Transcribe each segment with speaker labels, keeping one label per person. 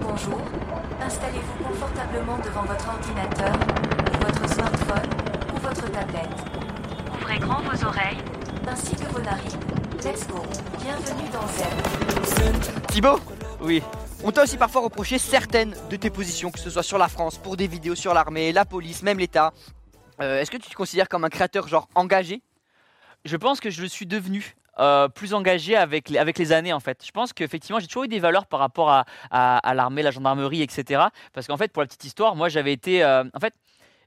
Speaker 1: Bonjour, installez-vous confortablement devant votre ordinateur, ou votre smartphone ou votre tablette,
Speaker 2: Ouvrez grand vos oreilles.
Speaker 1: ainsi que vos narines. Let's go. Bienvenue dans Zen.
Speaker 3: Thibaut Oui. On t'a aussi parfois reproché certaines de tes positions, que ce soit sur la France, pour des vidéos sur l'armée, la police, même l'État. Euh, Est-ce que tu te considères comme un créateur genre engagé
Speaker 4: Je pense que je le suis devenu. euh, plus engagé avec les, avec les années en fait. Je pense qu'effectivement j'ai toujours eu des valeurs par rapport à, à- à l'armée, la gendarmerie, etc. Parce qu'en fait pour la petite histoire, moi j'avais été euh, en fait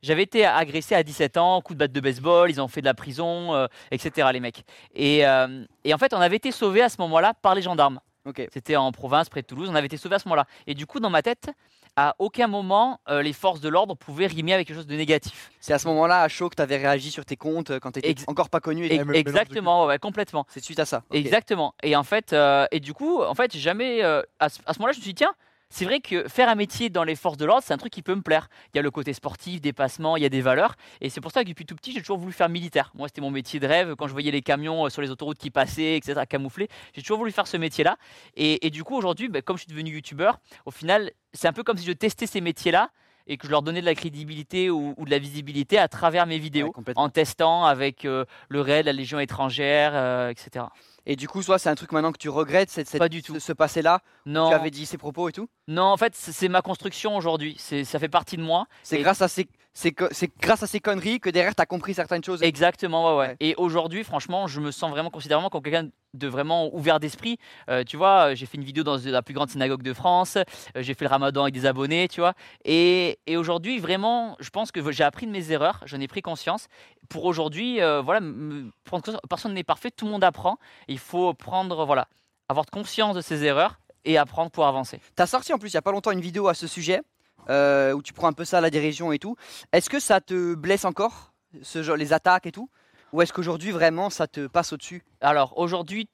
Speaker 4: j'avais été agressé à 17 ans, coup de batte de baseball, ils ont fait de la prison, euh, etc. Les mecs. Et, euh, et en fait on avait été sauvés à ce moment-là par les gendarmes.
Speaker 3: Ok.
Speaker 4: C'était en province près de Toulouse, on avait été sauvés à ce moment-là. Et du coup dans ma tête, à aucun moment euh, les forces de l'ordre pouvaient rimer avec quelque chose de négatif.
Speaker 3: C'est à ce moment-là, à chaud, que t'avais réagi sur tes comptes euh, quand t'étais
Speaker 4: Ex-
Speaker 3: encore pas connu. Et...
Speaker 4: Ex- Exactement, ouais, complètement.
Speaker 3: C'est suite à ça. ok.
Speaker 4: Exactement. Et en fait, euh, et du coup, en fait, jamais euh, à ce, à ce moment-là, je me suis dit tiens, c'est vrai que faire un métier dans les forces de l'ordre, c'est un truc qui peut me plaire. Il y a le côté sportif, dépassement, il y a des valeurs, et c'est pour ça que depuis tout petit, j'ai toujours voulu faire militaire. Moi, c'était mon métier de rêve. Quand je voyais les camions euh, sur les autoroutes qui passaient, etc., camouflés, j'ai toujours voulu faire ce métier-là. Et, et du coup, aujourd'hui, bah, comme je suis devenu youtubeur, au final, c'est un peu comme si je testais ces métiers-là et que je leur donnais de la crédibilité ou, ou de la visibilité à travers mes vidéos,
Speaker 3: complètement.
Speaker 4: en testant avec euh, le RAID, la Légion étrangère, euh, etc.
Speaker 3: Et du coup, soit c'est un truc maintenant que tu regrettes, cette, cette-
Speaker 4: Pas du tout.
Speaker 3: ce, ce passé-là,
Speaker 4: Non,
Speaker 3: tu avais dit ces propos et tout.
Speaker 4: non, en fait, c'est c'est ma construction aujourd'hui. C'est, ça fait partie de moi.
Speaker 3: C'est
Speaker 4: Et-
Speaker 3: grâce à ces, ces co- c'est grâce à ces conneries que derrière t'as compris certaines choses.
Speaker 4: Exactement, ouais, ouais.
Speaker 3: Ouais.
Speaker 4: Et aujourd'hui, franchement, je me sens vraiment considérablement comme quelqu'un de vraiment ouvert d'esprit. Euh, tu vois, j'ai fait une vidéo dans la plus grande synagogue de France. euh, j'ai fait le Ramadan avec des abonnés, tu vois. Et, et aujourd'hui, vraiment, je pense que j'ai appris de mes erreurs. J'en ai pris conscience. Pour aujourd'hui, euh, voilà, me prendre conscience- personne n'est parfait. Tout le monde apprend. Il faut prendre, voilà, avoir conscience de ses erreurs et apprendre pour avancer.
Speaker 3: T'as sorti en plus il y a pas longtemps une vidéo à ce sujet euh, où tu prends un peu ça à la dérision et tout. Est-ce que ça te blesse encore ce genre, les attaques et tout ou est-ce qu'aujourd'hui vraiment ça te passe au-dessus
Speaker 4: Alors aujourd'hui,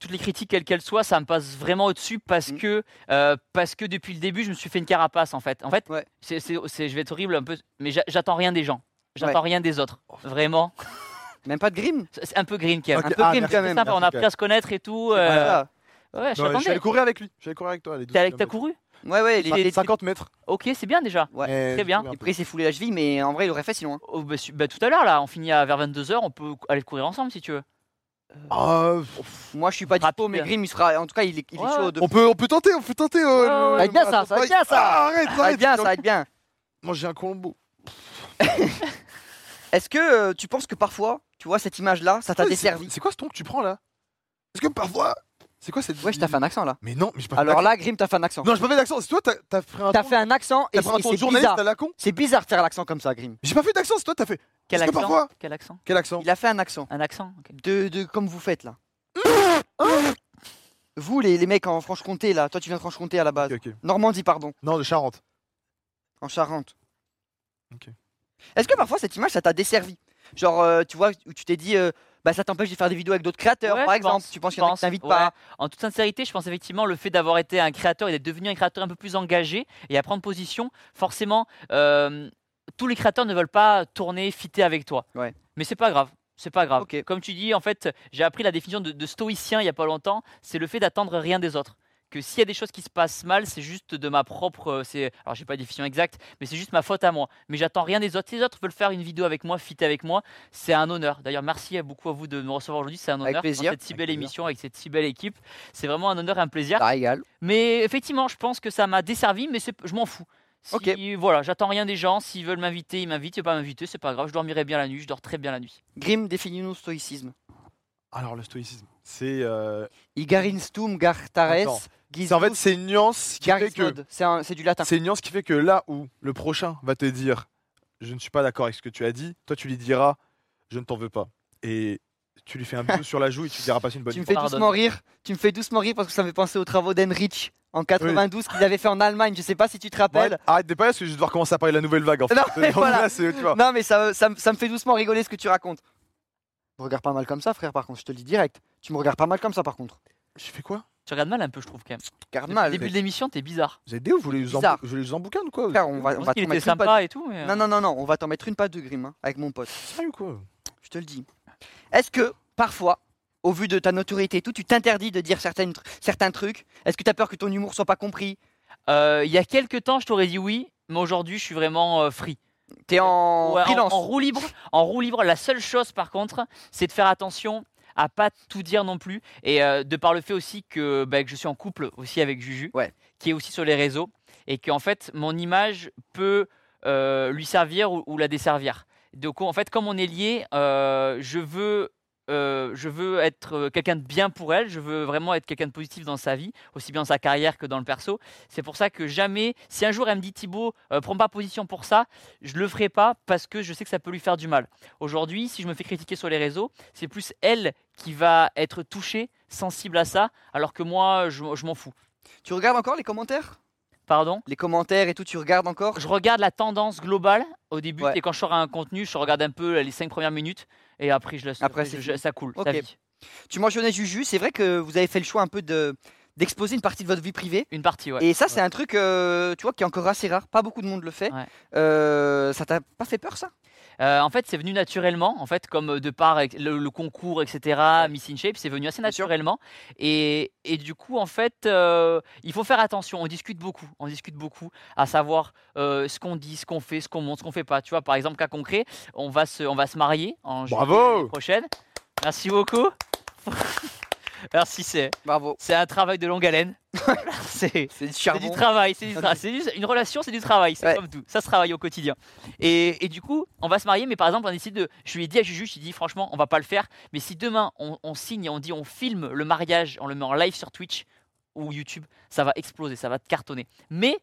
Speaker 4: toutes les critiques, quelles qu'elles soient, ça me passe vraiment au-dessus parce
Speaker 3: Mm.
Speaker 4: que euh, parce que depuis le début, je me suis fait une carapace en fait. En fait,
Speaker 3: Ouais.
Speaker 4: c'est, c'est- c'est- je vais être horrible un peu, mais j'a- j'attends rien des gens. J'attends rien des autres. Vraiment.
Speaker 3: Même pas de grime
Speaker 4: C'est c'est un peu
Speaker 5: ah,
Speaker 4: green qui
Speaker 3: Un peu grime quand
Speaker 4: C'est
Speaker 3: même.
Speaker 4: sympa, on a
Speaker 5: merci,
Speaker 4: appris à se connaître et tout. euh,
Speaker 3: Voilà.
Speaker 4: Ouais, je
Speaker 5: Non, mais je suis
Speaker 4: t'attendais.
Speaker 5: allé courir avec lui. Je suis allé courir avec toi. les 12
Speaker 4: T'as, t'as
Speaker 5: kilomètres.
Speaker 4: couru
Speaker 3: Ouais ouais, les,
Speaker 5: Cin-
Speaker 3: les, les-
Speaker 5: 50 mètres.
Speaker 4: Ok, c'est bien déjà.
Speaker 3: Ouais,
Speaker 5: Mais
Speaker 4: très
Speaker 5: j'ai
Speaker 4: bien.
Speaker 5: couru un
Speaker 3: il
Speaker 5: peu.
Speaker 3: pris s'est foulé la cheville mais en vrai il aurait fait sinon. hein.
Speaker 4: Oh, bah, su- bah, tout à l'heure là, on finit à, vers 22h, on peut aller courir ensemble si tu veux.
Speaker 5: Ah, pff,
Speaker 3: Moi je suis pas dispo
Speaker 4: Rapide.
Speaker 3: mais Grim il sera en tout cas il est, il est
Speaker 4: Ouais,
Speaker 3: chaud
Speaker 4: ouais.
Speaker 3: de
Speaker 5: on, peut, on peut tenter, on peut tenter. euh,
Speaker 4: Ouais,
Speaker 3: Ça
Speaker 4: ouais, ouais.
Speaker 5: le- le
Speaker 3: va être bien, ça,
Speaker 5: marathon
Speaker 3: ça va être bien,
Speaker 5: Paris.
Speaker 3: ça.
Speaker 5: Ah, Arrête,
Speaker 3: Ça va être
Speaker 5: arrête.
Speaker 3: bien,
Speaker 5: j'ai
Speaker 3: ça
Speaker 5: envie
Speaker 3: va être bien.
Speaker 5: de Manger un colombo.
Speaker 3: Est-ce que euh, tu penses que parfois, tu vois cette image là, ça t'a
Speaker 5: Ouais,
Speaker 3: desservi
Speaker 5: c'est- C'est quoi ce ton que tu prends là Parce que parfois. C'est quoi cette.
Speaker 3: Ouais, je t'ai fait un accent là.
Speaker 5: Mais non, mais j'ai pas fait
Speaker 3: Alors
Speaker 5: d'accent.
Speaker 3: là Grim t'as fait un accent.
Speaker 5: Non, j'ai pas fait d'accent. C'est toi, t'as- t'as fait un.
Speaker 3: T'as
Speaker 5: ton-
Speaker 3: fait un accent et
Speaker 5: T'as
Speaker 3: c'est
Speaker 5: fait un ton de
Speaker 3: c'est
Speaker 5: journaliste
Speaker 3: bizarre.
Speaker 5: à la con
Speaker 3: C'est bizarre de faire l'accent comme ça Grim.
Speaker 5: J'ai pas fait d'accent, c'est toi, t'as fait.
Speaker 4: Quel
Speaker 5: Parce que
Speaker 4: accent
Speaker 5: parfois-
Speaker 4: Quel accent
Speaker 5: Quel accent
Speaker 3: Il a fait un accent.
Speaker 4: Un accent ok.
Speaker 3: de, de- comme vous faites là.
Speaker 4: Mmh. Oh.
Speaker 3: vous les, les mecs en Franche-Comté là, toi tu viens de Franche-Comté à la base.
Speaker 5: Ok, ok.
Speaker 3: Normandie pardon,
Speaker 5: Non, de Charente.
Speaker 3: en Charente.
Speaker 5: Ok.
Speaker 3: Est-ce que parfois cette image ça t'a desservi Genre euh, tu vois où tu t'es dit euh, bah ça t'empêche de faire des vidéos avec d'autres créateurs
Speaker 4: Ouais,
Speaker 3: par
Speaker 4: je
Speaker 3: exemple,
Speaker 4: pense,
Speaker 3: tu penses
Speaker 4: je
Speaker 3: qu'il y en a qui
Speaker 4: pense,
Speaker 3: t'invitent
Speaker 4: ouais.
Speaker 3: pas
Speaker 4: En toute sincérité, je pense effectivement le fait d'avoir été un créateur et d'être devenu un créateur un peu plus engagé et à prendre position, forcément, euh, tous les créateurs ne veulent pas tourner, fitter avec toi.
Speaker 3: Ouais.
Speaker 4: Mais c'est pas grave. C'est pas grave.
Speaker 3: Ok.
Speaker 4: Comme tu dis, en fait, j'ai appris la définition de, de stoïcien il y a pas longtemps. C'est le fait d'attendre rien des autres. Que s'il y a des choses qui se passent mal, c'est juste de ma propre. euh, C'est alors j'ai pas la définition exacte, mais c'est juste ma faute à moi. Mais j'attends rien des autres. Si les autres veulent faire une vidéo avec moi, fitter avec moi, c'est un honneur. D'ailleurs, merci beaucoup à vous de me recevoir aujourd'hui. C'est un honneur. dans
Speaker 3: plaisir.
Speaker 4: Cette si
Speaker 5: Avec
Speaker 4: belle
Speaker 5: plaisir.
Speaker 4: émission avec cette si belle équipe. C'est vraiment un honneur et un plaisir.
Speaker 3: Ça régale.
Speaker 4: Mais effectivement, je pense que ça m'a desservi, mais c'est- je m'en fous. Si,
Speaker 3: Ok.
Speaker 4: Voilà, j'attends rien des gens. S'ils veulent m'inviter, ils m'invitent. Ils veulent pas m'inviter, c'est pas grave. Je dormirai bien la nuit. Je dors très bien la nuit.
Speaker 3: Grim définis-nous stoïcisme.
Speaker 5: Alors, le stoïcisme, c'est. euh,
Speaker 3: Igarinstum gartares
Speaker 5: Attends.
Speaker 3: gizmus
Speaker 5: c'est- En fait, c'est une nuance qui fait que.
Speaker 3: garismod. C'est un- c'est du latin.
Speaker 5: C'est une nuance qui fait que là où le prochain va te dire je ne suis pas d'accord avec ce que tu as dit, toi tu lui diras je ne t'en veux pas. Et tu lui fais un bisou sur la joue et tu lui diras passe une bonne
Speaker 3: Tu me
Speaker 5: nuit.
Speaker 3: fais
Speaker 4: Pardonne.
Speaker 3: doucement rire. Tu me fais doucement rire parce que ça me fait penser aux travaux d'Enrich en 92 qu'ils avaient fait en Allemagne. Je sais pas si tu te rappelles.
Speaker 5: Ouais, arrête de pas parce que je vais devoir commencer à parler de la nouvelle vague en fait.
Speaker 3: Non, mais
Speaker 5: On est
Speaker 3: voilà.
Speaker 5: là, c'est- tu vois.
Speaker 3: Non, mais ça, ça, me- ça me fait doucement rigoler ce que tu racontes. Je regarde pas mal comme ça, frère, par contre, je te le dis direct. Tu me regardes pas mal comme ça, par contre.
Speaker 5: J'ai fait quoi
Speaker 4: Tu regardes mal un peu, je trouve quand même.
Speaker 3: Regarde
Speaker 4: Depuis
Speaker 3: mal.
Speaker 4: le début de l'émission, t'es bizarre.
Speaker 5: Vous êtes des ouf, vous voulez les
Speaker 3: Bizarre.
Speaker 5: embou- vous voulez les emboucanes ou quoi
Speaker 3: Frère, on va,
Speaker 4: Je
Speaker 3: on
Speaker 4: pense
Speaker 3: va
Speaker 4: qu'il
Speaker 3: t'en
Speaker 4: était
Speaker 3: mettre une patte.
Speaker 4: sympa et tout. Mais...
Speaker 3: Non, non, non, non, on va hein, t'en mettre une patte de Grim, hein, avec mon pote.
Speaker 5: Sérieux quoi
Speaker 3: Je te le dis. Est-ce que, parfois, au vu de ta notoriété et tout, tu t'interdis de dire certaines tr- certains trucs Est-ce que tu as peur que ton humour soit pas compris
Speaker 4: Euh, il y a quelques temps, je t'aurais dit oui, mais aujourd'hui, je suis vraiment euh, free.
Speaker 3: T'es en
Speaker 4: Ouais,
Speaker 3: freelance.
Speaker 4: en roue libre. En roue libre, la seule chose par contre, c'est de faire attention à pas tout dire non plus. Et euh, de par le fait aussi que, bah, que je suis en couple aussi avec Juju,
Speaker 3: Ouais.
Speaker 4: qui est aussi sur les réseaux, et qu'en fait, mon image peut euh, lui servir ou, ou la desservir. Donc en fait, comme on est lié, je veux. euh, je veux être euh, quelqu'un de bien pour elle, je veux vraiment être quelqu'un de positif dans sa vie, aussi bien dans sa carrière que dans le perso. C'est pour ça que jamais, si un jour elle me dit Thibaut, euh, prends pas position pour ça, je le ferai pas parce que je sais que ça peut lui faire du mal. Aujourd'hui, si je me fais critiquer sur les réseaux, c'est plus elle qui va être touchée, sensible à ça, alors que moi, je, je m'en fous.
Speaker 3: Tu regardes encore les commentaires
Speaker 4: Pardon
Speaker 3: Les commentaires et tout, tu regardes encore
Speaker 4: Je regarde la tendance globale au début
Speaker 3: Ouais.
Speaker 4: et quand je sors un contenu, je regarde un peu les 5 premières minutes et après je laisse
Speaker 3: Après,
Speaker 4: je-
Speaker 3: c'est
Speaker 4: je-
Speaker 3: fini.
Speaker 4: ça coule,
Speaker 3: Ok.
Speaker 4: ça vit.
Speaker 3: Tu mentionnais Juju, c'est vrai que vous avez fait le choix un peu de d'exposer une partie de votre vie privée.
Speaker 4: Une partie, ouais.
Speaker 3: Et ça, c'est un truc, euh, tu vois, qui est encore assez rare. Pas beaucoup de monde le fait.
Speaker 4: Ouais.
Speaker 3: Euh, ça t'a pas fait peur, ça
Speaker 4: Euh, en fait, c'est venu naturellement, en fait, comme euh, de par ex- le, le concours, etc., Miss In Shape, c'est venu assez
Speaker 3: Bien sûr.
Speaker 4: naturellement. Et, et du coup, en fait, euh, il faut faire attention. On discute beaucoup, on discute beaucoup, à savoir euh, ce qu'on dit, ce qu'on fait, ce qu'on montre, ce qu'on fait pas. Tu vois, par exemple, cas concret, on va se, on va se marier en juillet
Speaker 5: Bravo
Speaker 4: l'année prochaine. Merci beaucoup. Merci, c'est
Speaker 3: Bravo.
Speaker 4: c'est un travail de longue haleine. c'est
Speaker 3: C'est du
Speaker 4: c'est
Speaker 3: charbon.
Speaker 4: du travail, c'est du
Speaker 3: Ok.
Speaker 4: tra- c'est du- une relation, c'est du travail, c'est
Speaker 3: Ouais.
Speaker 4: comme tout. Ça se travaille au quotidien. Et, et du coup, on va se marier, mais par exemple, on décide de. Je lui ai dit à Juju, je lui ai dit franchement, on va pas le faire, mais si demain on, on signe et on dit on filme le mariage, on le met en live sur Twitch ou YouTube, ça va exploser, ça va te cartonner. Mais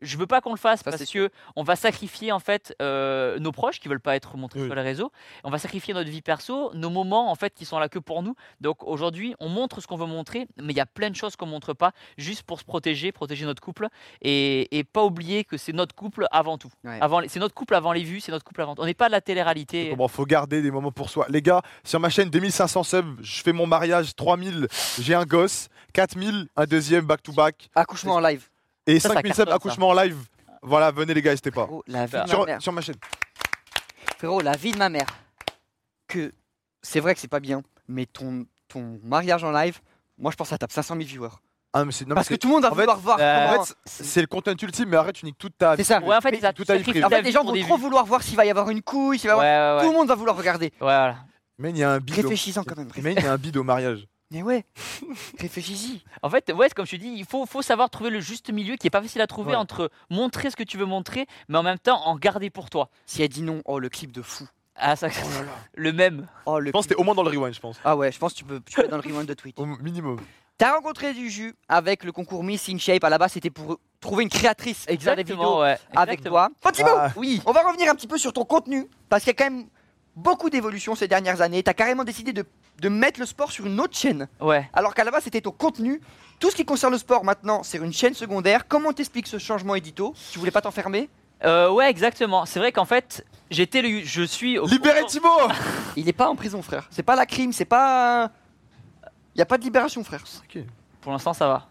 Speaker 4: je veux pas qu'on le fasse
Speaker 3: Ça, c'est
Speaker 4: parce que on va sacrifier en fait euh, nos proches qui veulent pas être montrés
Speaker 5: Oui.
Speaker 4: sur les réseaux. On va sacrifier notre vie perso, nos moments en fait qui sont là que pour nous. Donc aujourd'hui, on montre ce qu'on veut montrer, mais il y a plein de choses qu'on montre pas juste pour se protéger, protéger notre couple et, et pas oublier que c'est notre couple avant tout.
Speaker 3: Ouais.
Speaker 4: Avant, les- c'est notre couple avant les vues, c'est notre couple avant. On n'est pas de la télé-réalité.
Speaker 5: Bon, faut garder des moments pour soi. Les gars, sur ma chaîne 2500 subs, je fais mon mariage 3000, j'ai un gosse, 4000, un deuxième back to back
Speaker 3: Accouchement en live.
Speaker 5: et
Speaker 4: Ça, ça
Speaker 5: 5000 subs
Speaker 4: cartonne, ça.
Speaker 5: accouchement en live. Voilà, venez les gars, n'hésitez pas.
Speaker 3: Frérot, la vie
Speaker 4: Super.
Speaker 3: de ma
Speaker 5: Sur,
Speaker 3: mère.
Speaker 5: sur ma chaîne.
Speaker 3: Frérot, la vie de ma mère. Que c'est vrai que c'est pas bien, mais ton, ton mariage en live, moi, je pense que ça tape 500 000 viewers.
Speaker 5: Ah, mais c'est- non, mais
Speaker 3: Parce que
Speaker 5: c'est-
Speaker 3: tout le monde va
Speaker 5: en fait,
Speaker 3: vouloir voir.
Speaker 4: euh,
Speaker 5: en
Speaker 3: comment-
Speaker 5: fait, c'est- c'est le content ultime, mais arrête, tu niques toute ta
Speaker 3: c'est
Speaker 5: vie.
Speaker 3: ça.
Speaker 4: Ouais, en fait, ils a-
Speaker 5: Tout à vie
Speaker 4: sacrifient
Speaker 5: privée.
Speaker 3: En
Speaker 4: la
Speaker 3: fait, les
Speaker 4: vie
Speaker 3: gens
Speaker 4: pour
Speaker 3: vont
Speaker 4: des
Speaker 3: trop
Speaker 4: vues.
Speaker 3: vouloir voir s'il va y avoir une couille. s'il va y
Speaker 4: Ouais, ouais,
Speaker 3: avoir-
Speaker 4: ouais.
Speaker 3: Tout le monde va vouloir regarder.
Speaker 4: Voilà.
Speaker 5: Mais il y a un bid. au-
Speaker 3: Réfléchissons quand même.
Speaker 5: Mais il y a un bid au mariage.
Speaker 3: Mais ouais, réfléchis-y.
Speaker 4: En fait, ouais, comme je te dis, il faut, faut savoir trouver le juste milieu qui est pas facile à trouver
Speaker 5: Ouais.
Speaker 4: entre montrer ce que tu veux montrer, mais en même temps en garder pour toi.
Speaker 3: Si elle dit non, oh le clip de fou.
Speaker 4: Ah, ça, le même.
Speaker 3: Oh le
Speaker 5: Je pense que
Speaker 3: clip-
Speaker 5: t'es au moins dans le rewind, je pense.
Speaker 3: Ah ouais, je pense que tu peux, tu peux être dans le rewind de Twitch.
Speaker 5: Au minimum.
Speaker 3: T'as rencontré du jus avec le concours Miss In Shape. À la base, c'était pour trouver une créatrice pour faire des vidéos
Speaker 4: ouais.
Speaker 3: avec toi.
Speaker 4: exactement.
Speaker 3: Fantimo,
Speaker 5: Ah.
Speaker 3: oui. On va revenir un petit peu sur ton contenu parce qu'il y a quand même beaucoup d'évolutions ces dernières années. T'as carrément décidé de, de mettre le sport sur une autre chaîne,
Speaker 4: Ouais.
Speaker 3: alors qu'à la base, c'était ton contenu. Tout ce qui concerne le sport maintenant, c'est une chaîne secondaire. Comment t'expliques ce changement édito Tu voulais pas t'enfermer
Speaker 4: Euh, ouais, exactement. C'est vrai qu'en fait, j'étais le. Je suis. Au
Speaker 5: Libérez Thibaut
Speaker 3: Il est pas en prison, frère. C'est pas la crime, c'est pas. Il y a pas de libération, frère.
Speaker 4: Pour l'instant, ça va.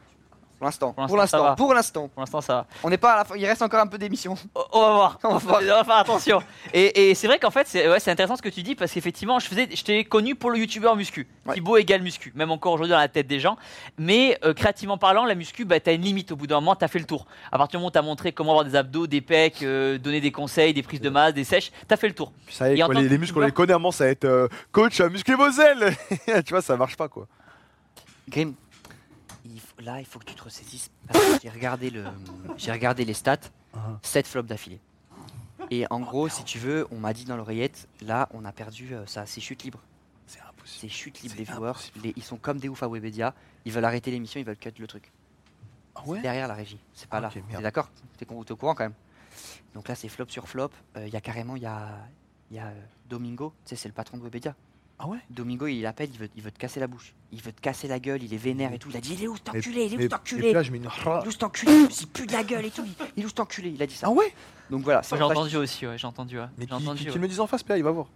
Speaker 3: Pour l'instant.
Speaker 4: Pour
Speaker 3: Pour
Speaker 4: l'instant, ça
Speaker 3: l'instant.
Speaker 4: va.
Speaker 3: Pour l'instant.
Speaker 4: Pour l'instant, ça va.
Speaker 3: On n'est pas à la fin. Il reste encore un peu d'émission.
Speaker 4: O- On va voir.
Speaker 3: On va voir.
Speaker 4: faire attention. Et, et c'est vrai qu'en fait, c'est ouais, c'est intéressant ce que tu dis parce qu'effectivement, je faisais, j'étais connu pour le youtubeur muscu.
Speaker 3: Ouais.
Speaker 4: Thibaut égale muscu, même encore aujourd'hui dans la tête des gens. Mais euh, créativement parlant, la muscu, bah, t'as une limite. Au bout d'un moment, t'as fait le tour. À partir du moment où t'as montré comment avoir des abdos, des pecs, euh, donner des conseils, des prises de masse, des sèches, t'as fait le tour.
Speaker 5: Ça y
Speaker 4: Et
Speaker 5: est,
Speaker 4: en
Speaker 5: quoi,
Speaker 4: tant
Speaker 5: les,
Speaker 4: que
Speaker 5: les muscles, on
Speaker 4: youtubeur-
Speaker 5: les connaît, à un moment, ça va être euh, coach, euh, musclez vos ailes Tu vois, ça marche pas, quoi.
Speaker 3: Grim, il faut- là, il faut que tu te ressaisisses. parce que J'ai regardé, le, j'ai regardé les stats.
Speaker 5: Ah. Oh,
Speaker 3: 7 flops d'affilée. Et en gros, si tu veux, on m'a dit dans l'oreillette, là, on a perdu euh, ça. C'est chute libre.
Speaker 5: C'est
Speaker 3: C'est
Speaker 5: impossible.
Speaker 3: chute libre
Speaker 5: C'est
Speaker 3: des viewers.
Speaker 5: impossible.
Speaker 3: Les- ils sont comme des oufs à Webedia. Ils veulent arrêter l'émission, ils veulent cut le truc.
Speaker 5: Ah
Speaker 3: C'est
Speaker 5: ouais
Speaker 3: derrière la régie. C'est pas
Speaker 5: Ah,
Speaker 3: là.
Speaker 5: ok,
Speaker 3: T'es
Speaker 5: merde.
Speaker 3: d'accord T'es con- t'es au courant quand même. Donc là, c'est flop sur flop. Euh, Il y a carrément, il y a, il y a, euh, Domingo. Tu sais, c'est le patron de Webedia.
Speaker 5: Ah ouais
Speaker 3: Domingo, il appelle, il veut, il veut te casser la bouche. Il veut te casser la gueule, il est vénère et tout. Il a dit Il est où cet enculé Il est où
Speaker 5: Mais-
Speaker 3: cet
Speaker 5: mais
Speaker 3: enculé
Speaker 5: là, je mets une...
Speaker 3: Il est où cet enculé Il pue de la gueule et tout. Il- Il est où cet enculé Il a dit ça.
Speaker 5: Ah ouais
Speaker 3: Donc voilà, c'est
Speaker 4: J'ai
Speaker 3: pour ça-
Speaker 4: entendu aussi, ouais, j'ai entendu. ouais.
Speaker 5: Mais
Speaker 4: J'ai
Speaker 5: qui, qui,
Speaker 4: entendu.
Speaker 5: qui
Speaker 4: ouais.
Speaker 5: me disent en face, PA, il va voir.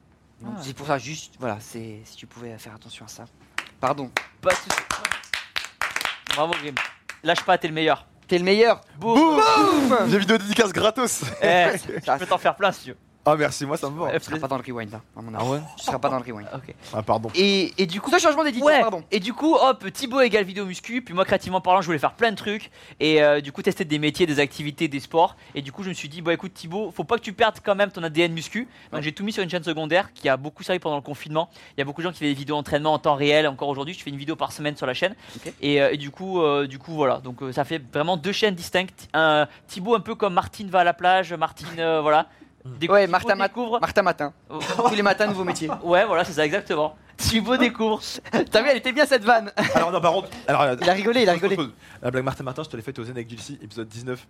Speaker 3: donc
Speaker 4: Ah.
Speaker 3: C'est pour ça, juste, voilà, c'est si tu pouvais faire attention à ça. Pardon.
Speaker 4: Pas de soucis. Bravo, Grim. Lâche pas, t'es le meilleur.
Speaker 3: T'es le meilleur
Speaker 4: Boum.
Speaker 5: J'ai vidéo dédicace gratos
Speaker 4: Eh,
Speaker 3: Ça,
Speaker 4: je peux t'en faire plein si tu veux.
Speaker 5: Ah, merci, moi ça me va.
Speaker 4: Euh,
Speaker 3: Tu seras pas dans le rewind là, à mon avis.
Speaker 5: Ah ouais
Speaker 3: Tu seras pas dans le rewind.
Speaker 4: Ok.
Speaker 5: Ah, pardon.
Speaker 3: Et, et du coup, ce changement d'éditeur,
Speaker 4: Ouais.
Speaker 3: pardon.
Speaker 4: Et du coup, hop, Thibaut égale vidéo muscu. Puis moi, créativement parlant, je voulais faire plein de trucs. Et euh, du coup, tester des métiers, des activités, des sports. Et du coup, je me suis dit, bah écoute, Thibaut, faut pas que tu perdes quand même ton ADN muscu. Donc j'ai tout mis sur une chaîne secondaire qui a beaucoup servi pendant le confinement. Il y a beaucoup de gens qui faisaient des vidéos entraînement en temps réel. Encore aujourd'hui, je fais une vidéo par semaine sur la chaîne.
Speaker 3: Ok.
Speaker 4: Et, euh, et du coup, euh, du coup, voilà. Donc euh, ça fait vraiment deux chaînes distinctes. Un, Thibaut, un peu comme Martine va à la plage. Martine, euh, voilà. Découvre-
Speaker 3: Mm. Ouais,
Speaker 4: Thibaut
Speaker 3: Martha Mat-
Speaker 4: découvre.
Speaker 3: Martin Matin. Tous les matins, nouveau métier.
Speaker 4: Ouais, voilà, c'est ça exactement. Thibaut découvre.
Speaker 3: T'as vu, elle était bien cette vanne.
Speaker 5: Alors, non, par contre. Alors, euh,
Speaker 3: Il a rigolé, il a rigolé.
Speaker 5: pause, pause. La blague Martin Martin, je te l'ai faite aux Zen avec Dulcie, épisode 19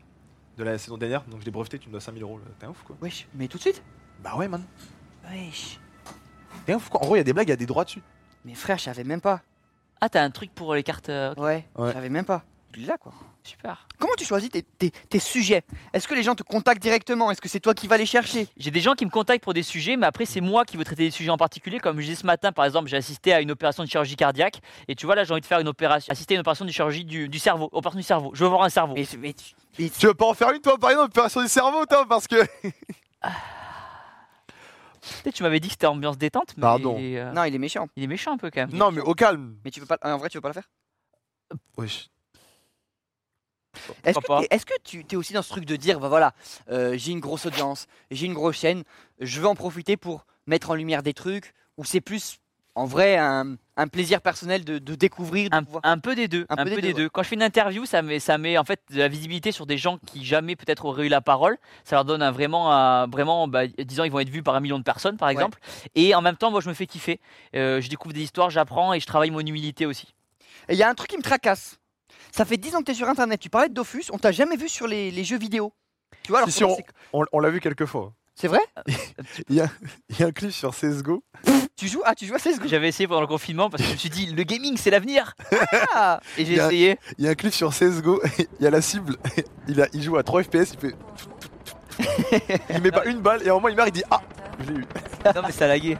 Speaker 5: de la saison dernière. Donc, je l'ai breveté, tu me dois 5000 euros. là. T'es un ouf, quoi.
Speaker 3: Wesh, mais tout de suite
Speaker 5: Bah ouais, man.
Speaker 3: Wesh.
Speaker 5: T'es un ouf, quoi. En gros, il y a des blagues, il y a des droits dessus.
Speaker 3: Mais frère, je savais même pas.
Speaker 4: Ah, t'as un truc pour les cartes. euh, ok,
Speaker 3: Ouais,
Speaker 5: Ouais.
Speaker 3: je savais même pas. Là quoi.
Speaker 4: super.
Speaker 3: Comment tu choisis tes, tes- tes sujets Est-ce que les gens te contactent directement Est-ce que c'est toi qui vas les chercher
Speaker 4: J'ai des gens qui me contactent pour des sujets, mais après, c'est moi qui veux traiter des sujets en particulier. Comme je disais ce matin, par exemple, j'ai assisté à une opération de chirurgie cardiaque. Et tu vois, là, j'ai envie de faire une opération, assister à une opération de chirurgie du, du cerveau. Opération du cerveau. Je veux voir un cerveau.
Speaker 3: mais, mais- mais-
Speaker 5: Tu veux pas en faire une, toi, par exemple, opération du cerveau, toi, parce que.
Speaker 4: Peut-être tu m'avais dit que c'était ambiance détente, mais
Speaker 5: Pardon.
Speaker 4: Il, est, euh,
Speaker 3: Non, il est méchant.
Speaker 4: il est méchant un peu quand même.
Speaker 5: Non, mais au calme.
Speaker 3: Mais tu veux pas. En vrai, tu veux pas la faire
Speaker 5: Wesh.
Speaker 3: Est-ce
Speaker 4: Pourquoi
Speaker 3: que, t'es- est-ce que tu es aussi dans ce truc de dire, bah voilà, euh, j'ai une grosse audience, j'ai une grosse chaîne, je veux en profiter pour mettre en lumière des trucs, ou c'est plus en vrai un, un plaisir personnel de, de découvrir, de
Speaker 4: Un,
Speaker 3: pouvoir-
Speaker 4: un peu des deux, un, peu, des, deux. Quand je fais une interview, ça met, ça met en fait de la visibilité sur des gens qui jamais peut-être auraient eu la parole. Ça leur donne un vraiment, un- vraiment, bah, disons, ils vont être vus par un million de personnes, par exemple. Et en même temps, moi, je me fais kiffer. Euh, je découvre des histoires, j'apprends et je travaille mon humilité aussi.
Speaker 3: Et il y a un truc qui me tracasse. Ça fait 10 ans que tu es sur internet, tu parlais de Dofus, on t'a jamais vu sur les, les jeux vidéo. Tu vois, alors
Speaker 5: Si,
Speaker 3: pour
Speaker 5: si,
Speaker 3: moi, c'est-
Speaker 5: On, on l'a vu quelques fois.
Speaker 3: c'est vrai
Speaker 5: Il y a un clip sur CSGO.
Speaker 3: Tu joues Ah, tu joues à CSGO
Speaker 4: J'avais essayé pendant le confinement parce que je me suis dit le gaming c'est l'avenir
Speaker 3: Ah
Speaker 4: et j'ai
Speaker 5: Bien.
Speaker 4: essayé.
Speaker 5: Il y a un clip sur CSGO. Il y a la cible. Il, a- il joue à 3 FPS. Il, fait,
Speaker 1: Bonjour,
Speaker 5: il met pas une balle. Et à un moment, il meurt. Il dit Ah,
Speaker 1: ordinateur.
Speaker 5: je l'ai eu.
Speaker 4: Non mais ça laguait.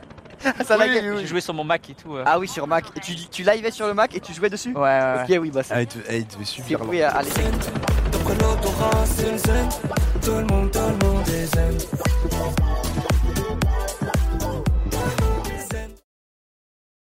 Speaker 3: Ça
Speaker 5: Oui,
Speaker 3: laguait.
Speaker 5: oui, oui.
Speaker 4: J'ai joué sur mon Mac et tout. euh.
Speaker 3: Ah oui, sur Mac. Et tu, tu livais sur le Mac et tu jouais dessus
Speaker 4: Ouais, ouais, ouais. Ah,
Speaker 3: Ok, oui, bah c'est
Speaker 5: Ah, il devait,
Speaker 3: c'est- oui, à- à l'époque.
Speaker 6: Donc l'auto race, c'est le zen. Tout le monde, tout le monde.